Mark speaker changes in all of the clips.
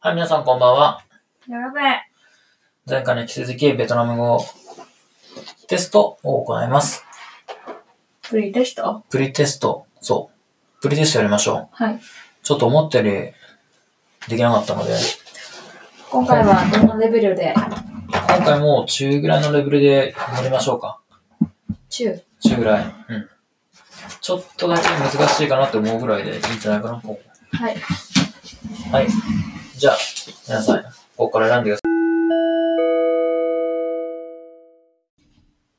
Speaker 1: はい、皆さんこんばんは。
Speaker 2: やべ
Speaker 1: 前回に引き続きベトナム語テストを行います。
Speaker 2: プリでした
Speaker 1: プリテスト、そう。プリテストやりましょう。
Speaker 2: はい。
Speaker 1: ちょっと思ったよりできなかったので、
Speaker 2: 今回はどんなレベルで
Speaker 1: 今回も中ぐらいのレベルで乗りましょうか。
Speaker 2: 中
Speaker 1: 中ぐらい。うん。ちょっとだけ難しいかなって思うぐらいでいいんじゃないかな。こう
Speaker 2: はい。
Speaker 1: はい。じゃあ、皆さん、ここから選んでください。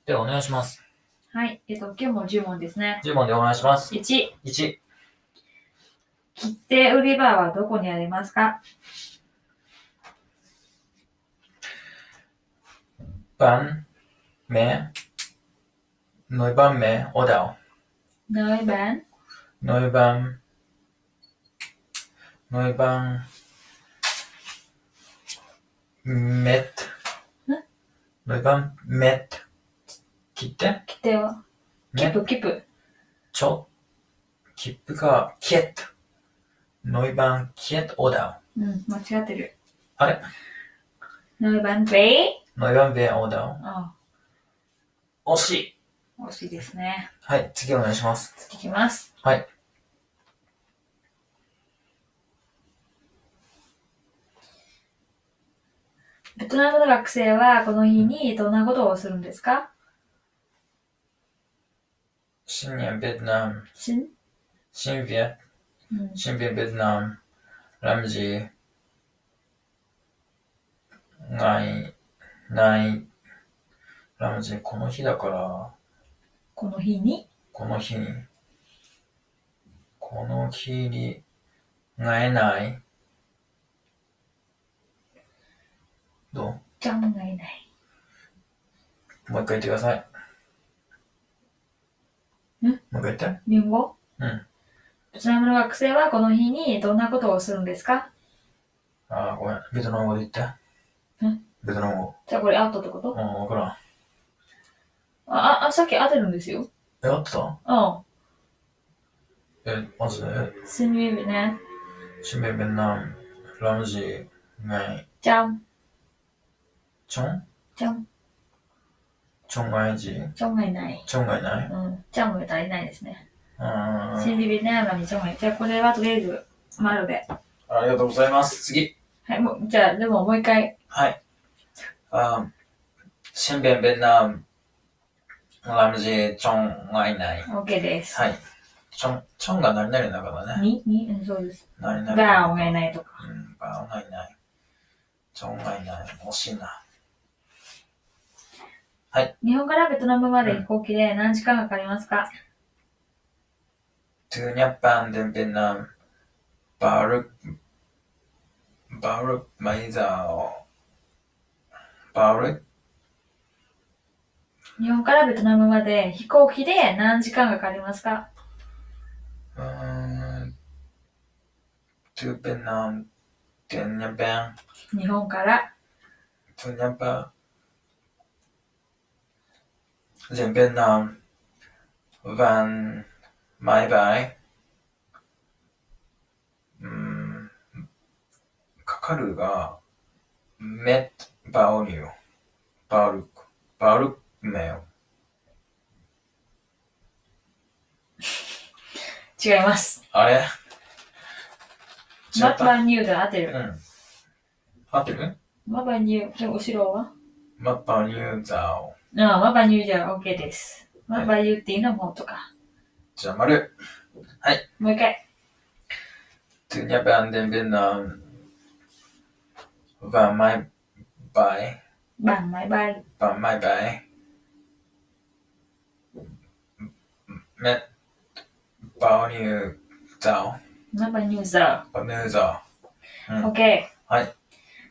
Speaker 1: では、お願いします。
Speaker 2: はい。えっと、今日も10問ですね。
Speaker 1: 10問でお願いします。
Speaker 2: 1、切
Speaker 1: 1、
Speaker 2: 手売り場はどこにありますか
Speaker 1: 番目、nối ban mẹ ô đảo,
Speaker 2: ノイバン
Speaker 1: nối ban, nối ban mét, nối ban mét,切手
Speaker 2: 切手を。キ
Speaker 1: ね
Speaker 2: プ、キプ。
Speaker 1: ちょ、切符か、キエット、ノイバンキエットオーダ
Speaker 2: うん、間違ってる。
Speaker 1: ー。あれ
Speaker 2: ノイバンベイ
Speaker 1: ノイバンベンオーダ
Speaker 2: あ
Speaker 1: ー。惜しい。
Speaker 2: あ、惜しいですね。
Speaker 1: はい、次お願いします。
Speaker 2: いきます。
Speaker 1: はい。
Speaker 2: ベトナムの学生はこの日にどんなことをするんですか
Speaker 1: 新年ベトナム、
Speaker 2: しん、
Speaker 1: 新ビエ
Speaker 2: うん、
Speaker 1: 新兵ベトナム、ラムジー、ない、ない、ラムジー、この日だから、
Speaker 2: この日に
Speaker 1: この日に、この日に、がえない。ど
Speaker 2: ちゃんがいない。
Speaker 1: うもう一回言ってください。
Speaker 2: ん
Speaker 1: もう一回言って。
Speaker 2: 日本語
Speaker 1: うん。
Speaker 2: ベトナムの学生はこの日にどんなことをするんですか
Speaker 1: ああ、ごめん。ベトナム語で言って。
Speaker 2: ん
Speaker 1: ベトナム語。
Speaker 2: じゃあこれアウトってこと
Speaker 1: うん、わからん。
Speaker 2: あ、あ、さっき合ってるんですよ。
Speaker 1: え、合ってた
Speaker 2: う
Speaker 1: え、マジでえ
Speaker 2: ん。すみませんね。
Speaker 1: 新兵ベトナム、ラムジー、ない。
Speaker 2: じゃん、
Speaker 1: チョン
Speaker 2: じゃん、
Speaker 1: チョンがいじ
Speaker 2: ちゃんがいない。
Speaker 1: チョンがいない
Speaker 2: うん。ちゃんが足りないですね。
Speaker 1: う
Speaker 2: シ
Speaker 1: ーん。
Speaker 2: ンビビネーマにちゃんがいない。じゃあこれはとりあえず、丸で。
Speaker 1: ありがとうございます。次。
Speaker 2: はい、もう、じゃあでももう一回。
Speaker 1: はい。あ新兵ベトナム、ラムジー、チョンがいない。
Speaker 2: OK です。
Speaker 1: はい。チョン、チョンが何々だからね。
Speaker 2: に、に、うん、そうです。
Speaker 1: 何々。
Speaker 2: が、おがいないとか。
Speaker 1: うん、バーがいない。チョンがいない。惜しいな。
Speaker 2: 日本からベトナムまで飛行機で何時間かかりますか
Speaker 1: トゥーニャッパンデンベトナム、バル、バルマイザーを、バル
Speaker 2: 日本からベトナムまで飛行機で何時間かかりますか
Speaker 1: ờ, Du bin am Dünneberg,
Speaker 2: 日本から。
Speaker 1: Dünneberg. Den bin am Van Mai Bai. かかるが、メッバオリュー、バルク、バルクメオ。
Speaker 2: 違います。
Speaker 1: あれ違
Speaker 2: マ
Speaker 1: った
Speaker 2: パニューで合ってる。
Speaker 1: うん。合ってる
Speaker 2: マパニュー、でも後ろは
Speaker 1: マッパニューザオ。
Speaker 2: ああ、マパニューじゃ OK です。マパニューっていうのはもうとか。
Speaker 1: じゃあ、丸。
Speaker 2: もう一回。
Speaker 1: Du jag band den vid namn Van My By
Speaker 2: バン、マイバイ。
Speaker 1: Van My By Med Bao New Dao
Speaker 2: マパニューザ
Speaker 1: Bao New Dao
Speaker 2: ー。OK。
Speaker 1: はい。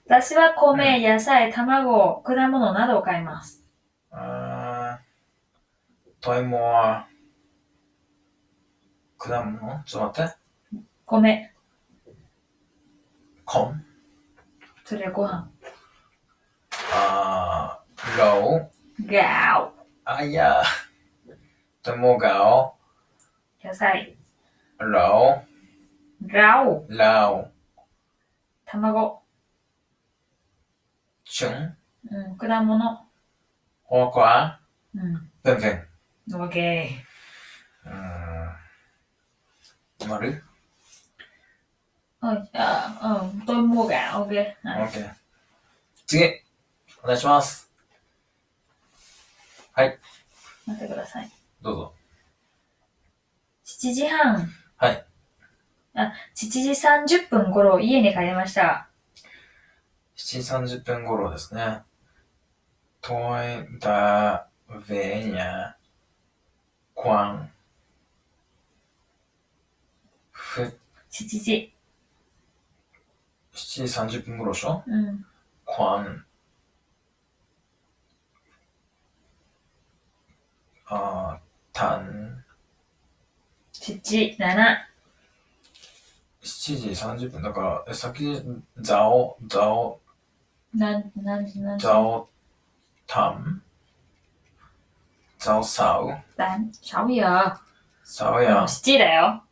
Speaker 2: 私は米、野菜、卵、果物などを買います。
Speaker 1: À, Toy More 果物ちょっと待って。
Speaker 2: 米、
Speaker 1: コン。
Speaker 2: それはご飯。
Speaker 1: あー、ロー。
Speaker 2: ガ
Speaker 1: あいや。トイモガオ。
Speaker 2: オ。野菜。
Speaker 1: ロ
Speaker 2: ガオ。
Speaker 1: ー。ラオ。
Speaker 2: 卵。
Speaker 1: 旬、
Speaker 2: うん、果物。
Speaker 1: hoa quả,
Speaker 2: うん。
Speaker 1: vân vân.
Speaker 2: OK。
Speaker 1: うん丸
Speaker 2: うん、じゃあ、うん、と思うが、OK。はい。
Speaker 1: ?OK。次お願いします。はい、
Speaker 2: 待ってください。
Speaker 1: どうぞ。
Speaker 2: 7時半、
Speaker 1: はい。
Speaker 2: 7時30分頃、家に帰りました。
Speaker 1: 7時30分頃ですね。遠いだべにゃ、こん、ふ、
Speaker 2: 7時。
Speaker 1: 7時30分頃でしょ
Speaker 2: うん。
Speaker 1: quan ờ, tan
Speaker 2: 7、7。
Speaker 1: 7時30分だからえ先ザオザオ
Speaker 2: なん、なん、なん、
Speaker 1: ザオタンザオサウ
Speaker 2: 三、ちゃうよ。
Speaker 1: サウ
Speaker 2: もう
Speaker 1: や
Speaker 2: 7時だよ。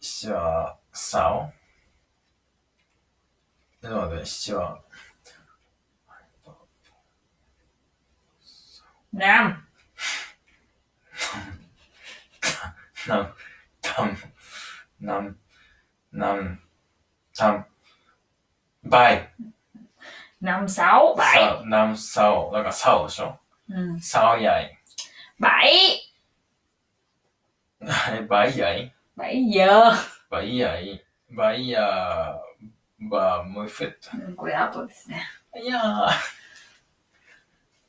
Speaker 1: 七はサオなので七は
Speaker 2: なん。
Speaker 1: なんたんなんなんたんバイ
Speaker 2: なんさお、ばい。
Speaker 1: さなんさおだからさおでしょ
Speaker 2: うん。
Speaker 1: さおやい
Speaker 2: ばい。
Speaker 1: はい、バイヤイ、
Speaker 2: ばいよ。
Speaker 1: バイヤイ、バイヤー、バー、ムフェット。
Speaker 2: うん、これ後ですね。
Speaker 1: いやー。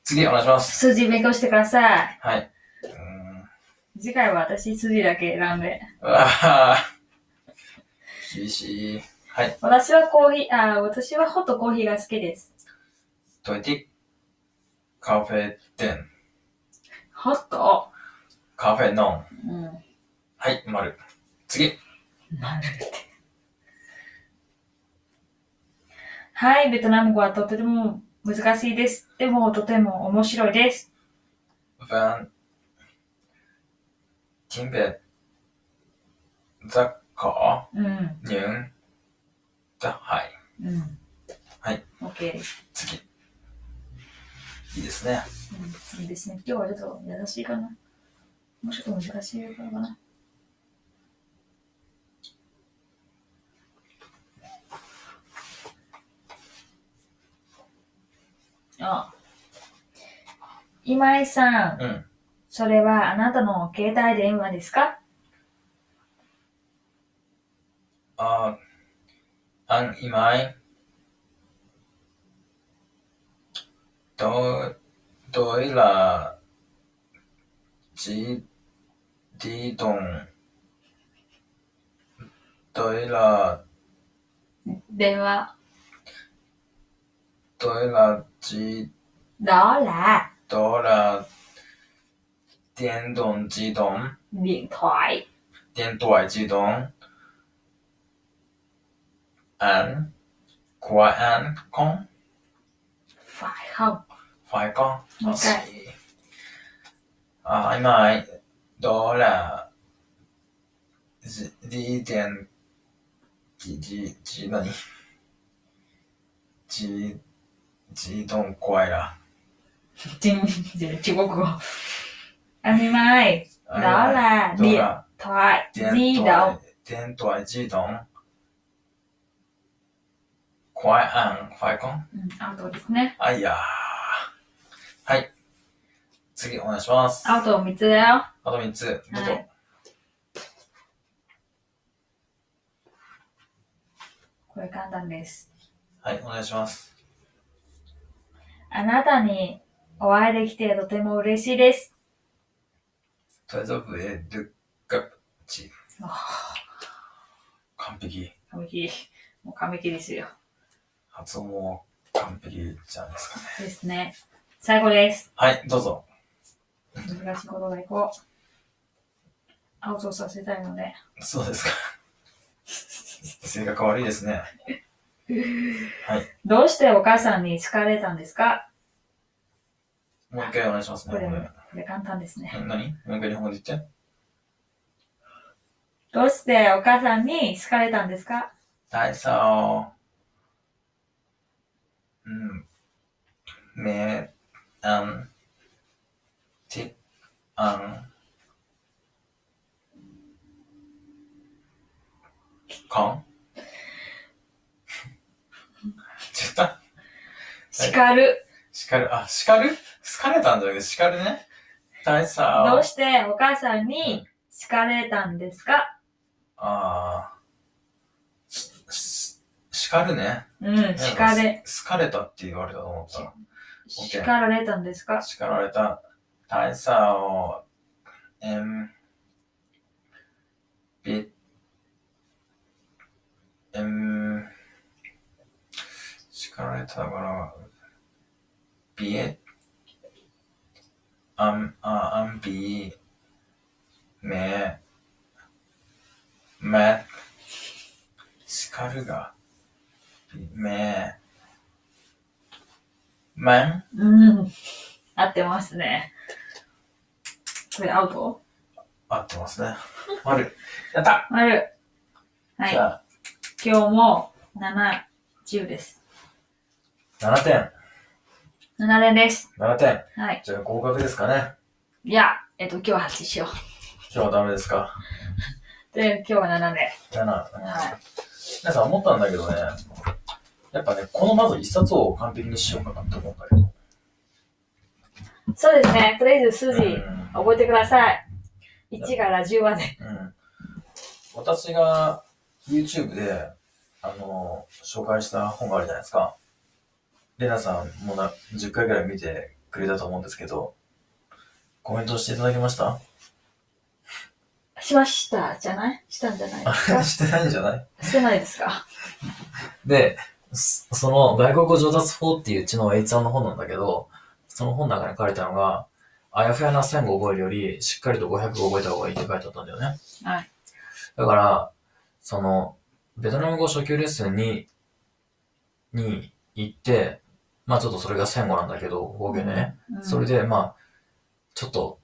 Speaker 1: 次、お願いします。
Speaker 2: 数字勉強してください。
Speaker 1: はい。うーん。
Speaker 2: 次回は私数字だけ選んで。
Speaker 1: あはは厳しい。はい。
Speaker 2: 私はコーヒー、あー、私はホットコーヒーが好きです。
Speaker 1: トイティ、カフェ店、
Speaker 2: ホット
Speaker 1: カフェノン。
Speaker 2: うん。
Speaker 1: はい、丸。次。
Speaker 2: なるって。はい、ベトナム語はとても難しいです。でも、とても面白いです。
Speaker 1: ヴン、ティンベ、ザッカ
Speaker 2: うん。
Speaker 1: ー、ニュン、ザッハイ。
Speaker 2: うん。
Speaker 1: はい。
Speaker 2: OK です。
Speaker 1: 次。いいですね。
Speaker 2: うん、いいですね。今日はちょっと優しいかな。もうちょっと難しいかな。あ。今井さん。
Speaker 1: うん。
Speaker 2: それはあなたの携帯電話ですか
Speaker 1: あー、あん、いまい。ど、どいら、じ、りどん。どいら、
Speaker 2: 電話。
Speaker 1: どいら、じ、
Speaker 2: だら、
Speaker 1: どら、電動自動、
Speaker 2: điện thoại。
Speaker 1: 电动自動。安，国安公。
Speaker 2: phải không?
Speaker 1: phải con
Speaker 2: Ok.
Speaker 1: à, anh mai đó là gì- đi tiền chỉ chỉ chỉ này chỉ chỉ động quay à? là
Speaker 2: Chính, Trung Quốc. Animai, đó là
Speaker 1: đó
Speaker 2: điện
Speaker 1: là
Speaker 2: thoại
Speaker 1: điện
Speaker 2: di
Speaker 1: thoại
Speaker 2: động.
Speaker 1: điện thoại di động quay ăn phải con
Speaker 2: Ừ, Auto ですね。
Speaker 1: à dạ hay 次お願いします。
Speaker 2: アウト3つだよ。
Speaker 1: あと3つ、どう
Speaker 2: は
Speaker 1: ぞ
Speaker 2: い。これ簡単です。
Speaker 1: はい、お願いします。
Speaker 2: あなたにお会いできてとても嬉しいです。
Speaker 1: トイザブエドゥガッチ。
Speaker 2: あ
Speaker 1: 完璧。
Speaker 2: 髪切り。もう髪切りですよ。
Speaker 1: 発音も完璧じゃないですかね。
Speaker 2: ですね。最後です。
Speaker 1: はい、どうぞ。
Speaker 2: 難しいことがいこう。アウトさせたいので。
Speaker 1: そう ですか。性格悪いですね。
Speaker 2: どうしてお母さんに好かれたんですか
Speaker 1: もう一回お願いします
Speaker 2: こ
Speaker 1: ね。
Speaker 2: れ、
Speaker 1: こ
Speaker 2: こ
Speaker 1: れ
Speaker 2: れ簡単ですね。
Speaker 1: 何もう一回日本語で言って。
Speaker 2: どうしてお母さんに好かれたんですか
Speaker 1: 大佐を、 med en tipp en kan. Titta!
Speaker 2: 叱る。
Speaker 1: 叱る、あ、叱る疲れたんだけど、叱るね。大佐
Speaker 2: ど
Speaker 1: を
Speaker 2: う、してお母さんに好かれたんですか
Speaker 1: ああ、しし叱るね。
Speaker 2: うん、
Speaker 1: なん
Speaker 2: 叱
Speaker 1: か
Speaker 2: れ。。
Speaker 1: す好かれたって言われたと思ったらオッケ
Speaker 2: 叱
Speaker 1: ー
Speaker 2: られたんですか
Speaker 1: 叱られた大佐を、えん、び、えん、叱られたから、びえ、あん、あ、あんび、め、め、叱るが、びめ、めん、
Speaker 2: うん。合ってますね。これアウト
Speaker 1: 合ってますね。丸。やった
Speaker 2: ある。は
Speaker 1: じ
Speaker 2: い。
Speaker 1: ゃあ、
Speaker 2: 今日も7、10です。
Speaker 1: 7点。
Speaker 2: 7連です。
Speaker 1: 7点。
Speaker 2: はい。
Speaker 1: じゃあ合格ですかね。
Speaker 2: いや、えっと、今日は8しよ
Speaker 1: 今日はダメですか
Speaker 2: う。で、今日は7で。
Speaker 1: ?7。
Speaker 2: は
Speaker 1: 皆さん思ったんだけどね、やっぱね、このまず一冊を完璧にしようかなって思うんだけど。
Speaker 2: い。そうですね。とりあえず数字
Speaker 1: うん
Speaker 2: 覚えてください。1から10まで。
Speaker 1: うん私が YouTube で、あの、紹介した本があるじゃないですか。レナさんもな10回ぐらい見てくれたと思うんですけど、コメントしていただけました
Speaker 2: しましたじゃないしたんじゃないで
Speaker 1: あ
Speaker 2: す
Speaker 1: れしてないんじゃない
Speaker 2: かしてないですか
Speaker 1: で、そその外国語上達法っていううちの H さんの本なんだけど、その本の中に書いたのが、あやふやな線を覚えるより、しっかりと500を覚えた方がいいって書いてあったんだよね。
Speaker 2: はい。
Speaker 1: だから、その、ベトナム語初級レッスンに、に行って、まあちょっとそれが線語なんだけど、合計でね。
Speaker 2: うん
Speaker 1: それで、まあ、ちょっと、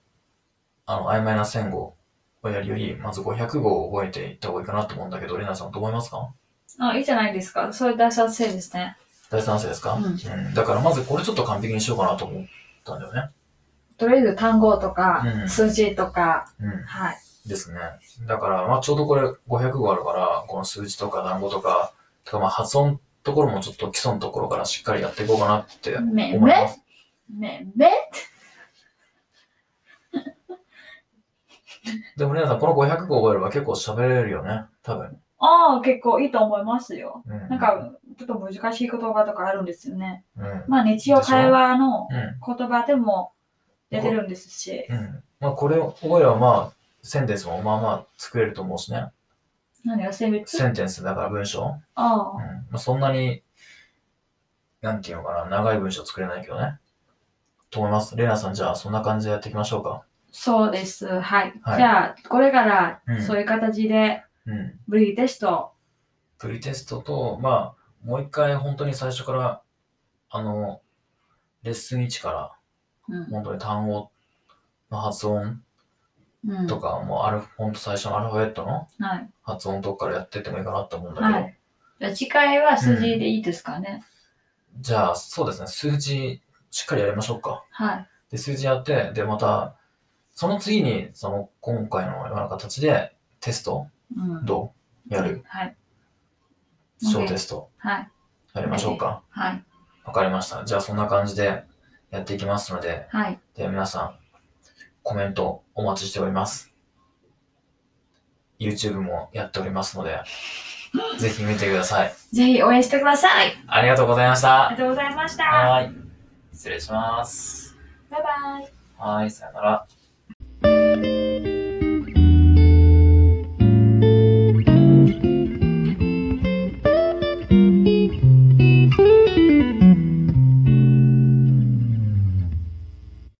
Speaker 1: あの、曖昧な線語をやるより、まず500語を覚えていった方がいいかなと思うんだけど、レナさんどう思いますか
Speaker 2: あ、いいじゃないですか。それ大賛成ですね。
Speaker 1: 大賛成ですか、
Speaker 2: うん
Speaker 1: んだからまずこれちょっと完璧にしようかなと思ったんだよね。
Speaker 2: とりあえず単語とか、
Speaker 1: うん
Speaker 2: 数字とか、
Speaker 1: う
Speaker 2: はい。
Speaker 1: ん。ですね。だから、まあちょうどこれ500語あるから、この数字とか単語とか、とかまあ発音のところもちょっと基礎のところからしっかりやっていこうかなって思
Speaker 2: め
Speaker 1: いま
Speaker 2: め
Speaker 1: す。
Speaker 2: めめ
Speaker 1: でも皆さん、この500語覚えれば結構喋れるよね。多分。
Speaker 2: ああ、結構いいと思いますよ。
Speaker 1: うん。
Speaker 2: なん、か、ちょっと難しい言葉とかあるんですよね。
Speaker 1: うん。う
Speaker 2: まあ、日常会話の
Speaker 1: ん。
Speaker 2: 言葉でも出てるんですし。
Speaker 1: うん。まあこれを覚えればまあ、センテンスもまあまあ作れると思うしね。
Speaker 2: 何が性別
Speaker 1: センテンスだから文章。
Speaker 2: あ
Speaker 1: うん
Speaker 2: あ、
Speaker 1: まあ、そんなに、なんていうのかな、長い文章作れないけどね。と思います。レナさん、じゃあ、そんな感じでやっていきましょうか。
Speaker 2: そうです。はい。
Speaker 1: はい
Speaker 2: じゃあ、これから
Speaker 1: うん、
Speaker 2: そういう形で、
Speaker 1: うん。
Speaker 2: ブリテスト。
Speaker 1: プリテストと、まあ、もう一回本当に最初から、あの、レッスン1から、
Speaker 2: うん。
Speaker 1: 本当に単語の発音
Speaker 2: うん。
Speaker 1: とか、もうアルフ、本当最初のアルファベットの
Speaker 2: はい。
Speaker 1: 発音のとこからやってってもいいかなと思うんだけど、
Speaker 2: はじゃあ、次回は数字でいいですかね。
Speaker 1: じゃあ、そうですね、数字、しっかりやりましょうか。
Speaker 2: はい。
Speaker 1: で、数字やって、で、また、その次に、その、今回のような形で、テスト、
Speaker 2: うん。
Speaker 1: どうやる
Speaker 2: はい。うん
Speaker 1: 小テスト、
Speaker 2: はい。
Speaker 1: やりましょうか。
Speaker 2: はい。
Speaker 1: わかりました。じゃあ、そんな感じで、やっていきますので、
Speaker 2: はい。
Speaker 1: で、皆さん、コメントお待ちしております。YouTube もやっておりますの で、ぜひ見てください。
Speaker 2: ぜひ応援してください。
Speaker 1: ありがとうございまし
Speaker 2: あり
Speaker 1: た。
Speaker 2: がとうございました。
Speaker 1: はーい。失礼します。
Speaker 2: バイバイ。
Speaker 1: はーい、さよなら。